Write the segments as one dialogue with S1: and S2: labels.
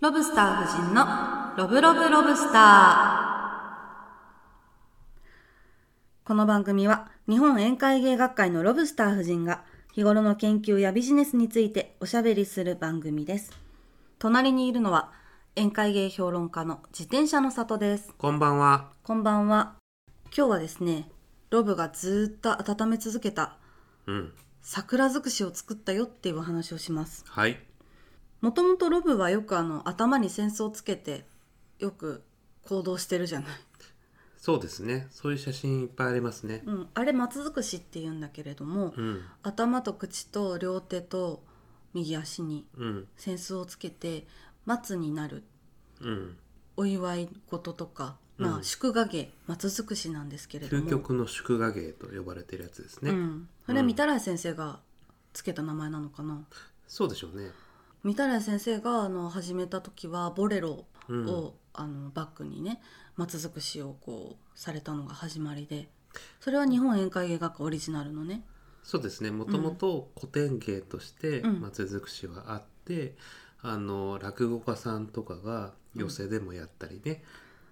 S1: ロブスター夫人のロブロブロブスター。この番組は日本宴会芸学会のロブスター夫人が日頃の研究やビジネスについておしゃべりする番組です。隣にいるのは宴会芸評論家の自転車の里です。
S2: こんばんは。
S1: こんばんは。今日はですね、ロブがずーっと温め続けた
S2: うん。
S1: 桜尽くしを作ったよっていうお話をします。
S2: はい。
S1: もともとロブはよくあの頭に扇子をつけてよく行動してるじゃない、
S2: そうですね。そういう写真いっぱいありますね。
S1: うん、あれ松尽くしって言うんだけれども、
S2: うん。
S1: 頭と口と両手と右足に
S2: うん。
S1: 扇子をつけて松になる
S2: うん。
S1: お祝い事とか、ま
S2: う
S1: あ、
S2: ん
S1: 祝賀芸松尽くしなんですけれども
S2: 究極の祝賀芸と呼ばれてるやつですね。
S1: うん、それは御手洗先生がつけた名前なのかな
S2: そうでしょうね。
S1: 御手洗先生があの始めた時はボレロ
S2: うん。
S1: を、あのバックにね松尽くしをこうされたのが始まりでそれは日本宴会芸学科オリジナルのね
S2: そうですね。もともと古典芸として
S1: うん
S2: 松尽くしはあって、あの落語家さんとかが寄席でもやったりね、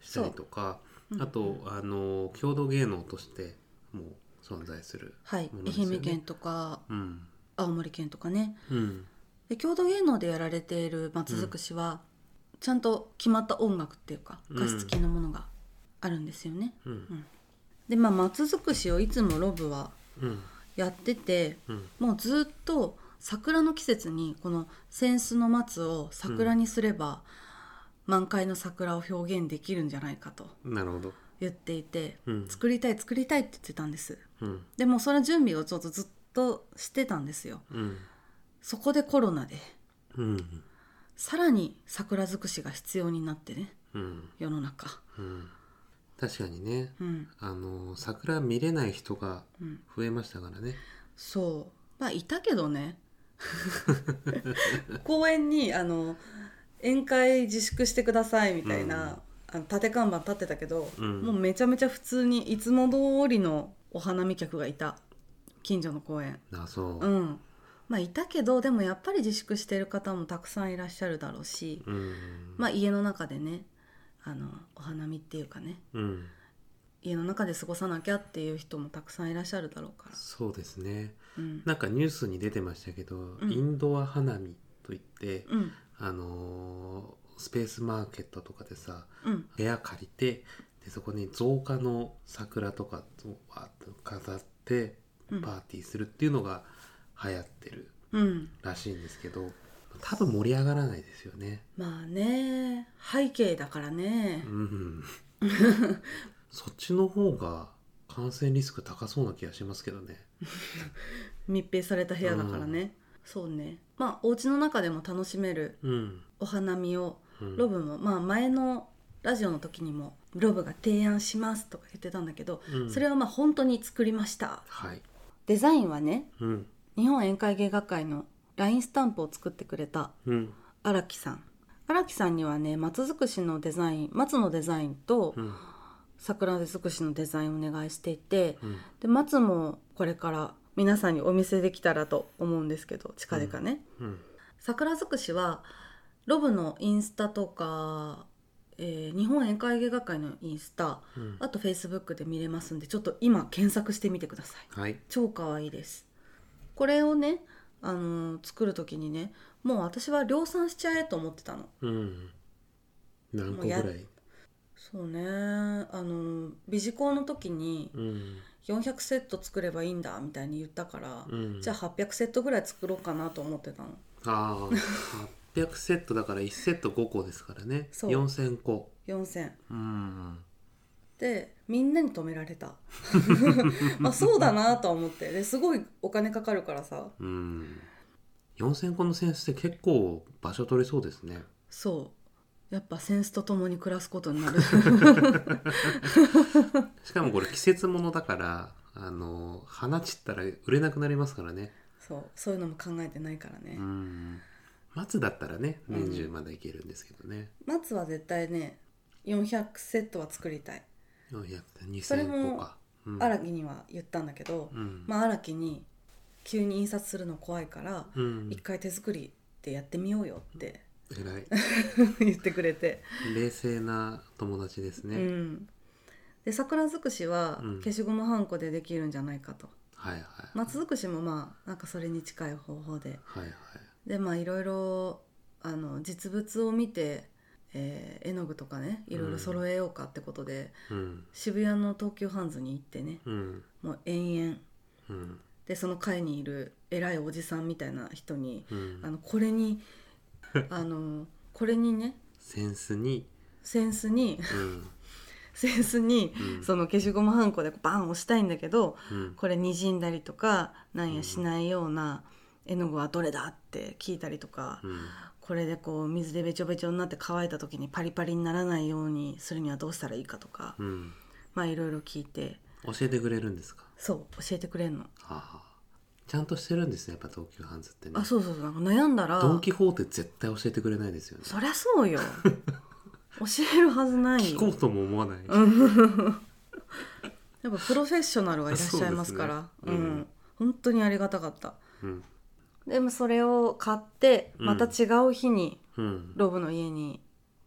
S2: したりとか、
S1: うん
S2: あとあの郷土芸能としてもう存在する。
S1: はい、
S2: ものですよ
S1: 愛
S2: ね
S1: 媛県とか
S2: うん。
S1: 青森県とかね
S2: うん。
S1: で郷土芸能でやられている松尽くしは、ちゃんと決まった音楽っていうか
S2: うん
S1: 加湿器のものがあるんですよね。
S2: うん。
S1: でまあ松尽くしをいつもロブは
S2: うん。
S1: やってて
S2: うん。
S1: もうずっと桜の季節にこの扇子の松を桜にすれば、満開の桜を表現できるんじゃないかと
S2: なるほど。
S1: 言っていて
S2: うん。
S1: 作りたい作りたいって言ってたんです
S2: うん。
S1: でもその準備をちょっとずっとしてたんですよ
S2: うん。
S1: そこでコロナで
S2: うん。
S1: さらに桜尽くしが必要になってね
S2: うん
S1: 世の中
S2: うん、確かにね
S1: うん
S2: あの桜見れない人が
S1: うん
S2: 増えましたからね
S1: そうまあいたけどね 公園にあの宴会自粛してくださいみたいな、あの立て看板立ってたけど、
S2: うん
S1: もうめちゃめちゃ普通にいつも通りのお花見客がいた近所の公園
S2: あそう
S1: う、んまあいたけどでもやっぱり自粛してる方もたくさんいらっしゃるだろうし、
S2: うん
S1: まあ家の中でねあのお花見っていうかね
S2: うん、
S1: 家の中で過ごさなきゃっていう人もたくさんいらっしゃるだろうから、
S2: そうですね
S1: うん、
S2: なんかニュースに出てましたけど、
S1: ん
S2: インドア花見といって、
S1: うん
S2: あのースペースマーケットとかでさ
S1: うん
S2: 部屋借りてでそこに造花の桜とかをわーっと飾って
S1: うん
S2: パーティーするっていうのが流行ってる
S1: うん
S2: らしいんですけど多分盛り上がらないですよね。
S1: まあね背景だからね
S2: う、ん、 そっちの方が感染リスク高そうな気がしますけどね。
S1: 密閉された部屋だからね、そうねまあお家の中でも楽しめる
S2: うん、
S1: お花見を
S2: うん、
S1: ロブもまあ前のラジオの時にもロブが提案しますとか言ってたんだけど、
S2: うん
S1: それはまあ本当に作りました
S2: はい、
S1: デザインはね
S2: うん
S1: 日本宴会芸学会の LINE スタンプを作ってくれた
S2: うん
S1: 荒木さん荒木さんにはね松尽くしのデザイン松のデザインと
S2: うん
S1: 桜尽くしのデザインをお願いしていて
S2: うん
S1: で松もこれから皆さんにお見せできたらと思うんですけど近々ね、
S2: うん
S1: 桜尽くしはロブのインスタとか、えー日本宴会芸学会のインスタ
S2: うん
S1: あとフェイスブックで見れますんでちょっと今検索してみてください
S2: はい、
S1: 超可愛いですこれをね、あのー作る時にねもう私は量産しちゃえと思ってたの
S2: うん、何個
S1: もう
S2: ぐら
S1: や
S2: い、
S1: そうねあのー美術校の時に
S2: うん
S1: 400セット作ればいいんだみたいに言ったから、
S2: うん、
S1: じゃあ800セットぐらい作ろうかなと思ってたの
S2: あー800セットだから1セット5個ですからね
S1: そう
S2: 4000個、
S1: 4000
S2: うん、
S1: でみんなに止められ たまあそうだなとは思ってですごいお金かかるからさ
S2: うん、4000個のセンスって結構場所取れそうですね。
S1: そうやっぱセンスと共に暮らすことになる
S2: しかもこれ季節ものだからあの花散ったら売れなくなりますからね
S1: そうそういうのも考えてないからね、
S2: うん松だったらね
S1: うん
S2: 年中までいけるんですけどね、
S1: 松は絶対ね400セットは作りたい
S2: 400
S1: それ
S2: 2000
S1: も
S2: 個かうん
S1: 荒木には言ったんだけど、
S2: うん
S1: まあ荒木に急に印刷するの怖いから
S2: うん
S1: 一回手作りでやってみようよって
S2: 偉い
S1: 言ってくれて、
S2: 冷静な友達ですね、
S1: うん、で桜尽くしは
S2: うん
S1: 消しゴムはんこでできるんじゃないかと、
S2: はいはい
S1: 松尽くしもまあなんかそれに近い方法で
S2: はいはい
S1: でまあいろいろあの実物を見て、えー絵の具とかねいろいろ揃えようかってことで、
S2: うん
S1: 渋谷の東急ハンズに行ってね
S2: うん
S1: もう延々
S2: うん
S1: でその会にいる偉いおじさんみたいな人に
S2: う
S1: あ
S2: ん
S1: のこれ にあのこれにね
S2: センスに
S1: センスに
S2: うん
S1: センスに
S2: うん
S1: その消しゴムはんこでバン押したいんだけど
S2: うん
S1: これにじんだりとかなんやしないような絵の具はどれだって聞いたりとか
S2: うん
S1: これでこう水でべちょべちょになって乾いた時にパリパリにならないようにするにはどうしたらいいかとか
S2: うん
S1: まあいろいろ聞いて
S2: 教えてくれるんですか
S1: そう教えてくれんの。
S2: ああちゃんとしてるんですねやっぱ東急ハンズってね
S1: あそうそうそうなんか悩んだら
S2: ドン・キホーテ絶対教えてくれないですよね
S1: そりゃそう よ教えるはずない
S2: 聞
S1: よ
S2: こうとも思わない、
S1: やっぱプロフェッショナルがいらっしゃいますからう,、
S2: そうですねうん
S1: ん本当にありがたかった
S2: うん
S1: でもそれを買って
S2: うん
S1: また違う日に
S2: うん
S1: ロブの家に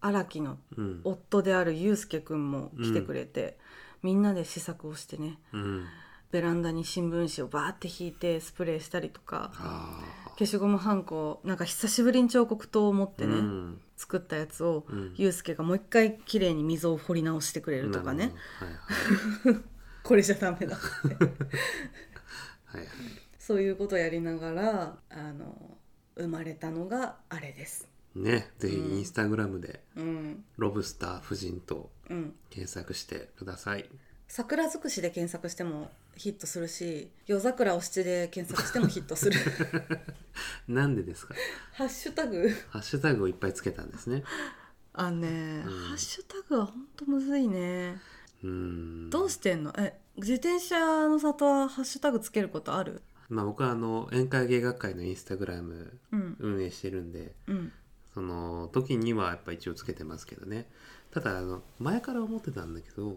S1: 荒木の
S2: うん
S1: 夫である祐介くんも来てくれて、みんなで試作をしてね
S2: うん
S1: ベランダに新聞紙をバーって引いてスプレーしたりとか
S2: ああ
S1: 消しゴムはんこなんか久しぶりに彫刻刀を持ってね、
S2: うん
S1: 作ったやつを
S2: うん
S1: 祐介がもう一回綺麗に溝を掘り直してくれるとかね
S2: なるほどはい
S1: これじゃダメだ
S2: はいはいはい
S1: そういうことをやりながらあの生まれたのがあれです。
S2: ねぜひ
S1: うん
S2: インスタグラムで
S1: うん
S2: 「ロブスター夫人」と
S1: うん、
S2: 検索してください
S1: 桜尽くしで検索してもヒットするし夜桜お七で検索してもヒットす る
S2: なんでですか
S1: ハッシュタグ
S2: ハッシュタグをいっぱいつけたんですね
S1: あのね、ハッシュタグはほんとむずいね
S2: うん
S1: どうしてんのえ自転車の里はハッシュタグつけることある
S2: まあ僕はあの宴会芸学会のインスタグラム
S1: うん
S2: 運営してるんで
S1: うん
S2: その時にはやっぱ一応つけてますけどねただあの前から思ってたんだけど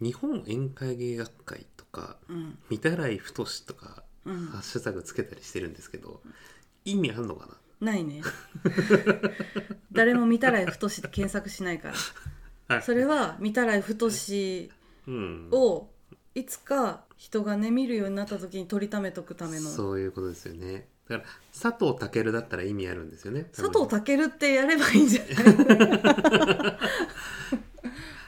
S2: 日本宴会芸学会とか
S1: うん
S2: 御手洗太とか
S1: うん
S2: ハッシュタグつけたりしてるんですけど意味あんのかな
S1: ない ね誰も見たらいふとしで検索しないから、
S2: はい
S1: それは見たらいふとし
S2: うん
S1: をいつか人がね見るようになった時に取りためとくための佐
S2: そういうことですよねだから佐藤健だったら意味あるんですよね多分
S1: 藤健ってやればいいんじゃない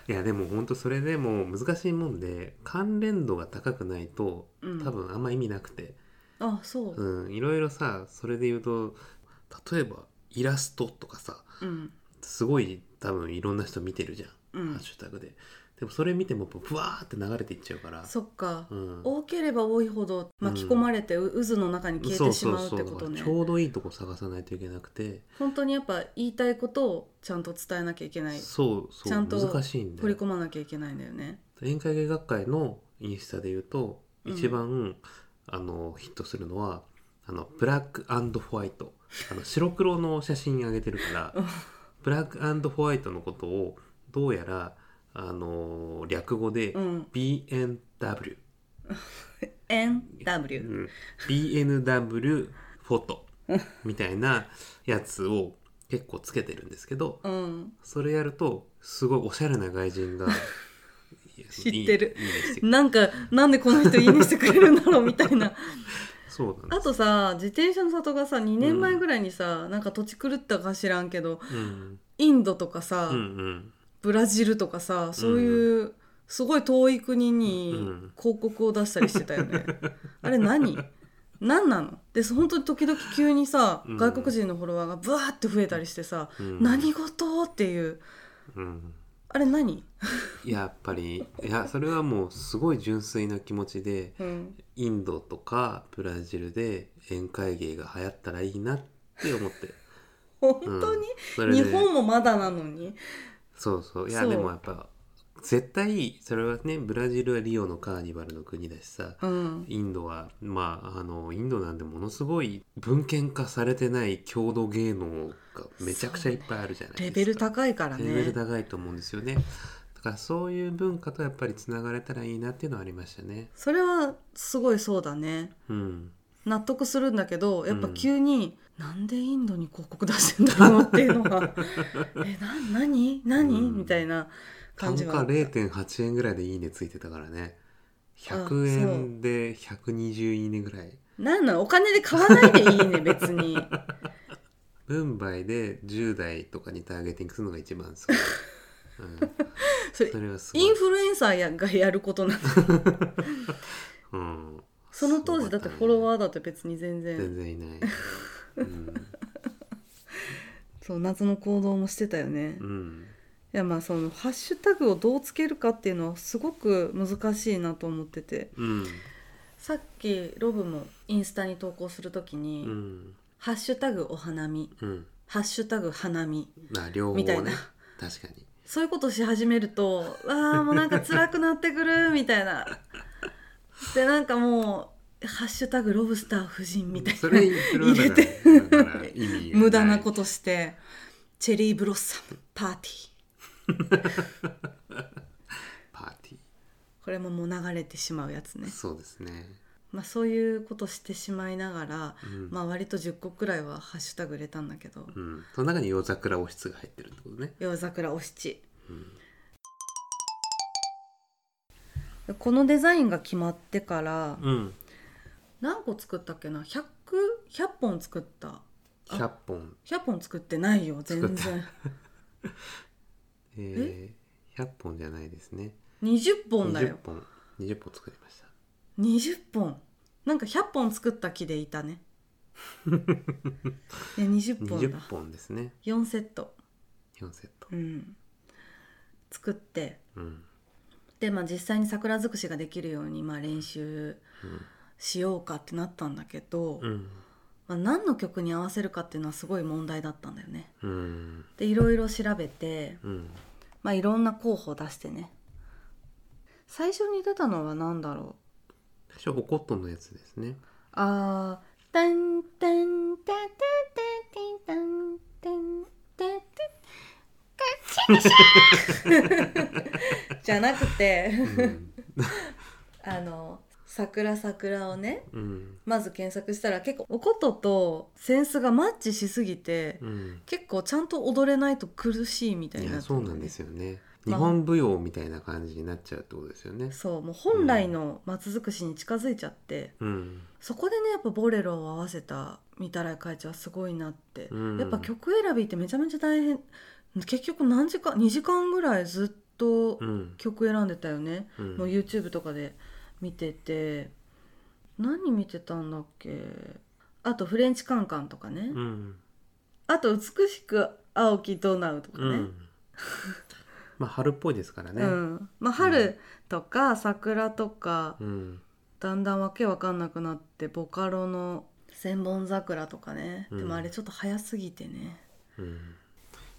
S2: いやでも本当それでも難しいもんで関連度が高くないと
S1: うん
S2: 多分あんま意味なくて、
S1: あそう
S2: うん、いろいろさそれで言うと例えばイラストとかさ
S1: うん
S2: すごい多分いろんな人見てるじゃん、
S1: うん
S2: ハッシュタグででもそれ見てもブワーって流れていっちゃうから
S1: そっか、
S2: うん、
S1: 多ければ多いほど巻き込まれて、う渦の中に消えてしまうってことね
S2: だからちょうどいいとこ探さないといけなくて、
S1: 本当にやっぱ言いたいことをちゃんと伝えなきゃいけない
S2: そうそう
S1: ちゃんと
S2: 難しいんだよ
S1: 取り込まなきゃいけないんだよね
S2: 宴会芸学会のインスタで言うと
S1: うん
S2: 一番、あのヒットするのはあのブラックホワイトあの白黒の写真上げてるから
S1: うん
S2: ブラックホワイトのことをどうやらあの略語で
S1: うん
S2: BNW、
S1: NW
S2: うん BNW フォトみたいなやつを結構つけてるんですけど
S1: うん、
S2: それやるとすごいおしゃれな外人がいや
S1: 知ってる
S2: いいいいねしてくれる
S1: なんかなんでこの人いいねしてくれるんだろうみたいな
S2: そうなんだ
S1: あとさ自転車の里がさ2年前ぐらいにさ、なんか土地狂ったか知らんけど
S2: うん
S1: インドとかさ、
S2: うん
S1: ブラジルとかさそういうすごい遠い国に
S2: うん
S1: 広告を出したりしてたよ ね、あれ何何なので本当に時々急にさ
S2: うん
S1: 外国人のフォロワーがブワーって増えたりしてさ、
S2: うん、
S1: 何事っていう
S2: うん、
S1: あれ何、
S2: やっぱりいやそれはもうすごい純粋な気持ちで
S1: うん、
S2: インドとかブラジルで宴会芸が流行ったらいいなって思って
S1: 本当に、
S2: それ
S1: 日
S2: で
S1: 本もまだなのに
S2: そうそういや
S1: そう
S2: でもやっぱ絶対それはねブラジルはリオのカーニバルの国だしさ
S1: うん
S2: インドはまああのインドなんでものすごい文献化されてない郷土芸能がめちゃくちゃいっぱいあるじゃないですか、
S1: レベル高いからね
S2: レベル高いと思うんですよね。だからそういう文化とやっぱりつながれたらいいなっていうのはありましたね。
S1: それはすごいそうだね
S2: うん。
S1: 納得するんだけどやっぱ急になんでインドに広告出してんだろうっていうの がえな何何、
S2: うん
S1: みたいな
S2: 単
S1: 感じ
S2: 価
S1: はあった
S2: 0.8円ぐらいでいいねついてたからね
S1: あ
S2: 100円で120いいねぐらい
S1: なんなのお金で買わないでいい ね別に
S2: ムンバイで10代とかにターゲティングするのが一番好き、うん、
S1: それ
S2: それはすごい
S1: インフルエンサーやがやること なの
S2: うん、
S1: その当時だってフォロ
S2: ー
S1: ワーだって別に全然
S2: 全然いない、うん
S1: そう謎の行動もしてたよね、
S2: う
S1: い
S2: ん、
S1: やまあそのハッシュタグをどうつけるかっていうのはすごく難しいなと思ってて
S2: うん
S1: さっきロブもインスタに投稿するとき
S2: う
S1: に、
S2: ん
S1: ハッシュタグお花見
S2: うん
S1: ハッシュタグ花見
S2: まあ両方ね
S1: みたいな
S2: 確かに
S1: そういうことし始めるとあ あもうなんか辛くなってくるみたいなでなんかもう「ハッシュタグロブスター夫人」みたい
S2: それ
S1: な
S2: それはだ
S1: 入れて
S2: からだから意味がい
S1: 無駄なことして「チェリーブロッサムパーティー
S2: パーティ」
S1: これももう流れてしまうやつ
S2: ー
S1: ね、
S2: そうですね、
S1: まあ、そういうことしてしまいながら、
S2: うん
S1: まあ、割と10個くらいはハッシュタグ入れたんだけど
S2: うん、その中に夜桜おひつが入ってるってことね
S1: 「夜桜お七」
S2: うん
S1: このデザインが決まってから
S2: うん、
S1: 何個作ったっけな100 100本作った
S2: 100本
S1: 100本作ってないよ全
S2: 作
S1: 然
S2: えー、100本じゃないですね
S1: 20本だ
S2: 20
S1: よ
S2: 本20本作りました
S1: 20本なんか100本作った気でい たねいや20本だ
S2: 20本ですね
S1: 4セット、
S2: 4セット
S1: うん、作って
S2: うん
S1: で、まあ、実際に桜尽くしができるように、まあ、練習しようかってなったんだけど、
S2: うんうん
S1: まあ、何の曲に合わせるかっていうのはすごい問題だったんだよね。
S2: うん
S1: でいろいろ調べて、
S2: うん
S1: まあ、いろんな候補を出してね最初に出たのは何だろう
S2: 最初おコットンのやつですね
S1: あータンタンタタタティタンタンタタタじゃなくて
S2: うん、
S1: あの「桜桜」をね
S2: うん
S1: まず検索したら結構おこととセンスがマッチしすぎて、
S2: うん
S1: 結構ちゃんと踊れないと苦しいみたい
S2: い
S1: にな
S2: や
S1: って
S2: そうなんです
S1: よ
S2: よね
S1: ま
S2: 日
S1: あ
S2: 本舞踊みたいな感じになっちゃうってことですよね
S1: そうもう本来の松尽くしに近づいちゃって、
S2: うん
S1: そこでねやっぱボレロを合わせた御手洗会長はすごいなって、
S2: うん
S1: やっぱ曲選びってめちゃめちゃ大変結局何時間2時間ぐらいずっと
S2: うん
S1: 曲選んでたよね、
S2: うん
S1: もう YouTube とかで見てて何見てたんだっけあと「フレンチカンカン」とかね、
S2: うん
S1: あと「美しく青きドナウ」とか
S2: う
S1: ね、
S2: ん まあ春っぽいですから
S1: うん
S2: ね
S1: まあ、春とか桜とか、
S2: うん
S1: だんだんわけわかんなくなってボカロの「千本桜」とかね、
S2: うん
S1: でもあれちょっと早すぎてね
S2: うん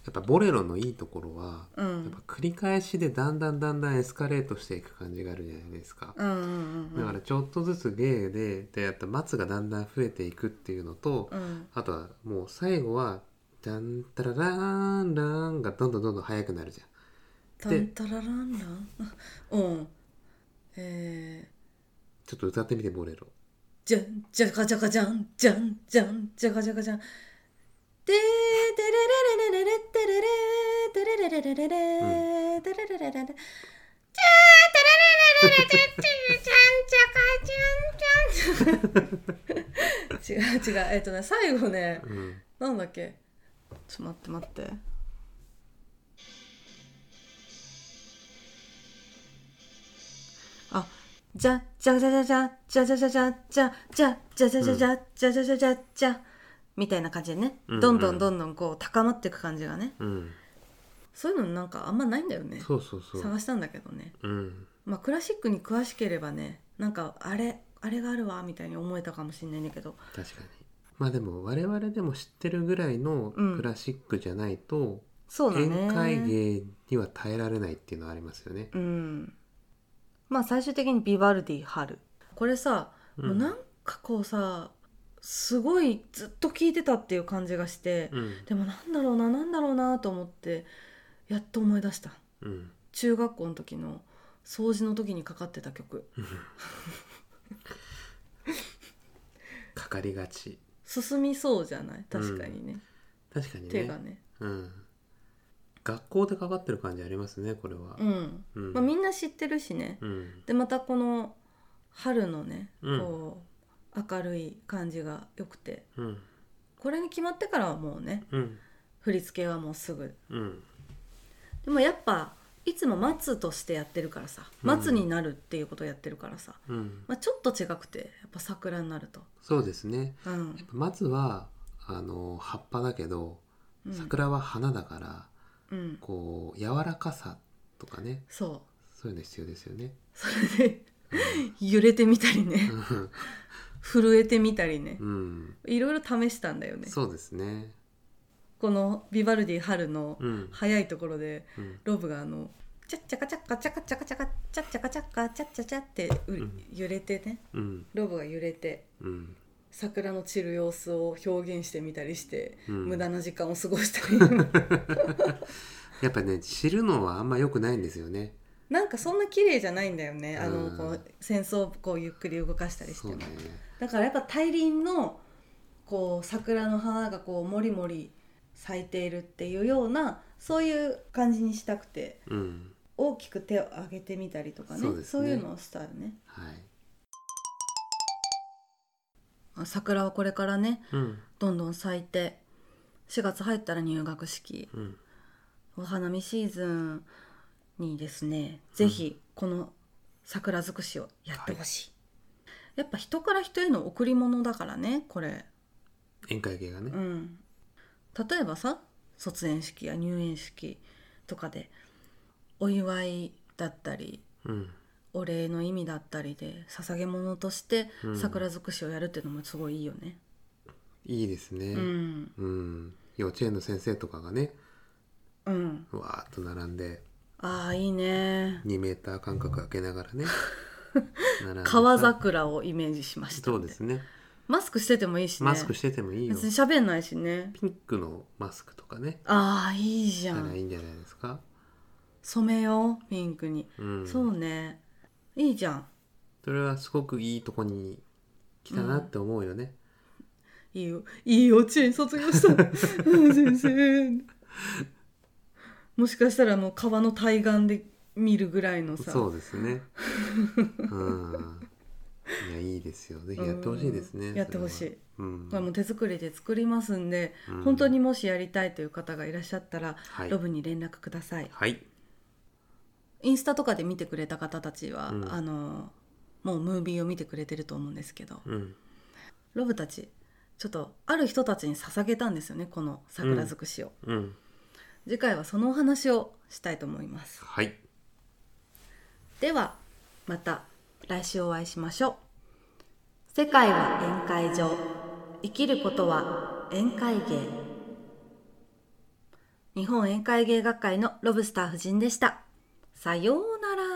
S2: やっぱボレロのいいところは
S1: う
S2: やっぱ
S1: ん
S2: 繰り返しでだんだんだんだんエスカレートしていく感じがあるじゃないですか、
S1: うんうんうんうん
S2: だからちょっとずつ芸ででやっぱ松がだんだん増えていくっていうのと、
S1: うん
S2: あとはもう最後は「ダンタララーンラーン」がどんどんどんどん速くなるじゃん。
S1: タンタラランラン あうんえー
S2: ちょっと歌ってみてボレロ。
S1: じゃんじゃかじゃかじゃんじゃんじゃんじゃかじゃかじゃんでーでれれれれれれってれれーでれれれれれれーでれれれれれれじゃーでれれれれれれじゃんじゃかじゃんじゃんじゃん違う違うえっとね最後ね
S2: うん、
S1: なんだっけちょっと待って待ってあじゃじゃじゃじゃじゃじゃじゃじゃじゃじゃじゃじゃじゃじゃじゃじゃじゃじゃじゃじゃみたいな感じでね
S2: うんうん
S1: どんどんどんどんこう高まっていく感じがね
S2: うん、
S1: そういうのなんかあんまないんだよね
S2: そうそうそう。
S1: 探したんだけどね
S2: うん、
S1: まあクラシックに詳しければねなんかあれあれがあるわみたいに思えたかもしれないんだけど
S2: 確かに。まあでも我々でも知ってるぐらいの
S1: うん
S2: クラシックじゃないと、
S1: そうだね
S2: 宴会芸には耐えられないっていうのはありますよね。
S1: うんまあ最終的にビバルディ春これさ、
S2: うん
S1: もうなんかこうさすごいずっと聴いてたっていう感じがして、
S2: うん、
S1: でもなんだろうななんだろうなと思ってやっと思い出した
S2: うん、
S1: 中学校の時の掃除の時にかかってた曲
S2: かかりがち。
S1: 進みそうじゃない確かにね、
S2: 確かに
S1: 手
S2: ね
S1: がね
S2: うん、学校でかかってる感じありますねこれは
S1: う、ん、
S2: うん
S1: まあ、みんな知ってるしね
S2: うん
S1: でまたこの春のね
S2: うん
S1: こう明るい感じが良くて
S2: うん
S1: これに決まってからはもうね
S2: うん
S1: 振り付けはもうすぐ
S2: うん
S1: でもやっぱいつも松としてやってるからさ
S2: うん
S1: 松になるっていうことをやってるからさ、
S2: うん
S1: まあ、ちょっと違くてやっぱ桜になると、
S2: そうですね
S1: うん
S2: まずはあの葉っぱだけど
S1: うん、
S2: 桜は花だから、
S1: うん、
S2: こう柔らかさとかね
S1: そう
S2: そういうの必要ですよね。
S1: それで揺れてみたりね震えてみたりね
S2: うん、うん
S1: いろいろ試したんだよね
S2: そうですね。
S1: このビバルディ春の
S2: うん、
S1: 早いところで
S2: うん、
S1: ロブがあのチャッチャカチャッカチャカチャカチャカチャッチャカチャッカチャッチャチャってう
S2: うん
S1: 揺れてね
S2: うん、
S1: ロブが揺れて
S2: うん、
S1: 桜の散る様子を表現してみたりして、
S2: うん
S1: 無駄な時間を過ごしたり
S2: やっぱね、知るのはあんま良くないんですよね。
S1: なんかそんな綺麗じゃないんだよねあの、
S2: うん
S1: こう戦争をこうゆっくり動かしたりして
S2: そ
S1: も
S2: うね。
S1: だからやっぱ大輪のこう桜の花がこうもりもり咲いているっていうようなそういう感じにしたくて
S2: うん、
S1: 大きく手を上げてみたりとかね
S2: そ
S1: そうう
S2: ですね
S1: いうのをしたよね
S2: はい。
S1: 桜はこれからね
S2: うん、
S1: どんどん咲いて4月入ったら入学式
S2: うん、
S1: お花見シーズンにですねぜひこの桜尽くしをやってほしい、やっぱ人から人への贈り物だからねこれ
S2: 宴会系がね
S1: う。ん、例えばさ卒園式や入園式とかでお祝いだったり
S2: うん、
S1: お礼の意味だったりで捧げ物として
S2: うん
S1: 桜尽くしをやるっていうのもすごいいいよね。
S2: いいですね。
S1: うん、
S2: うん、幼稚園の先生とかがね、
S1: うん、
S2: わーっと並んで、
S1: ああいいね。
S2: 2メーター間隔空けながらね。並んでさ
S1: 川。桜をイメージしました
S2: そうですね。
S1: マスクしててもいいしね
S2: マスクしててもいいよ。
S1: 別に喋んないしね
S2: ピンクのマスクとかね。
S1: ああいいじゃ
S2: ならい
S1: ん
S2: いんじゃないですか。
S1: 染めようピンクに、
S2: うん、
S1: そうねいいじゃん
S2: それはすごくいいとこに来たなって思うよね、
S1: いいよいい幼稚園卒業したうん先生もしかしたらもう川の対岸で見るぐらいのさ
S2: そうですねうんいやいいですよぜひやってほしいですね、
S1: うんやってほしい
S2: それはうん
S1: これもう手作りで作りますんで、
S2: うん
S1: 本当にもしやりたいという方がいらっしゃったら、
S2: はい
S1: ロブに連絡ください
S2: はい
S1: インスタとかで見てくれた方たちは、
S2: うん
S1: あのもうムービーを見てくれてると思うんですけど、
S2: うん
S1: ロブたちちょっとある人たちに捧げたんですよねこの桜尽くしを、
S2: うん
S1: 次回はそのお話をしたいと思います
S2: はい
S1: ではまた来週お会いしましょう世界は宴会場生きることは宴会芸日本宴会芸学会のロブスター夫人でしたさようなら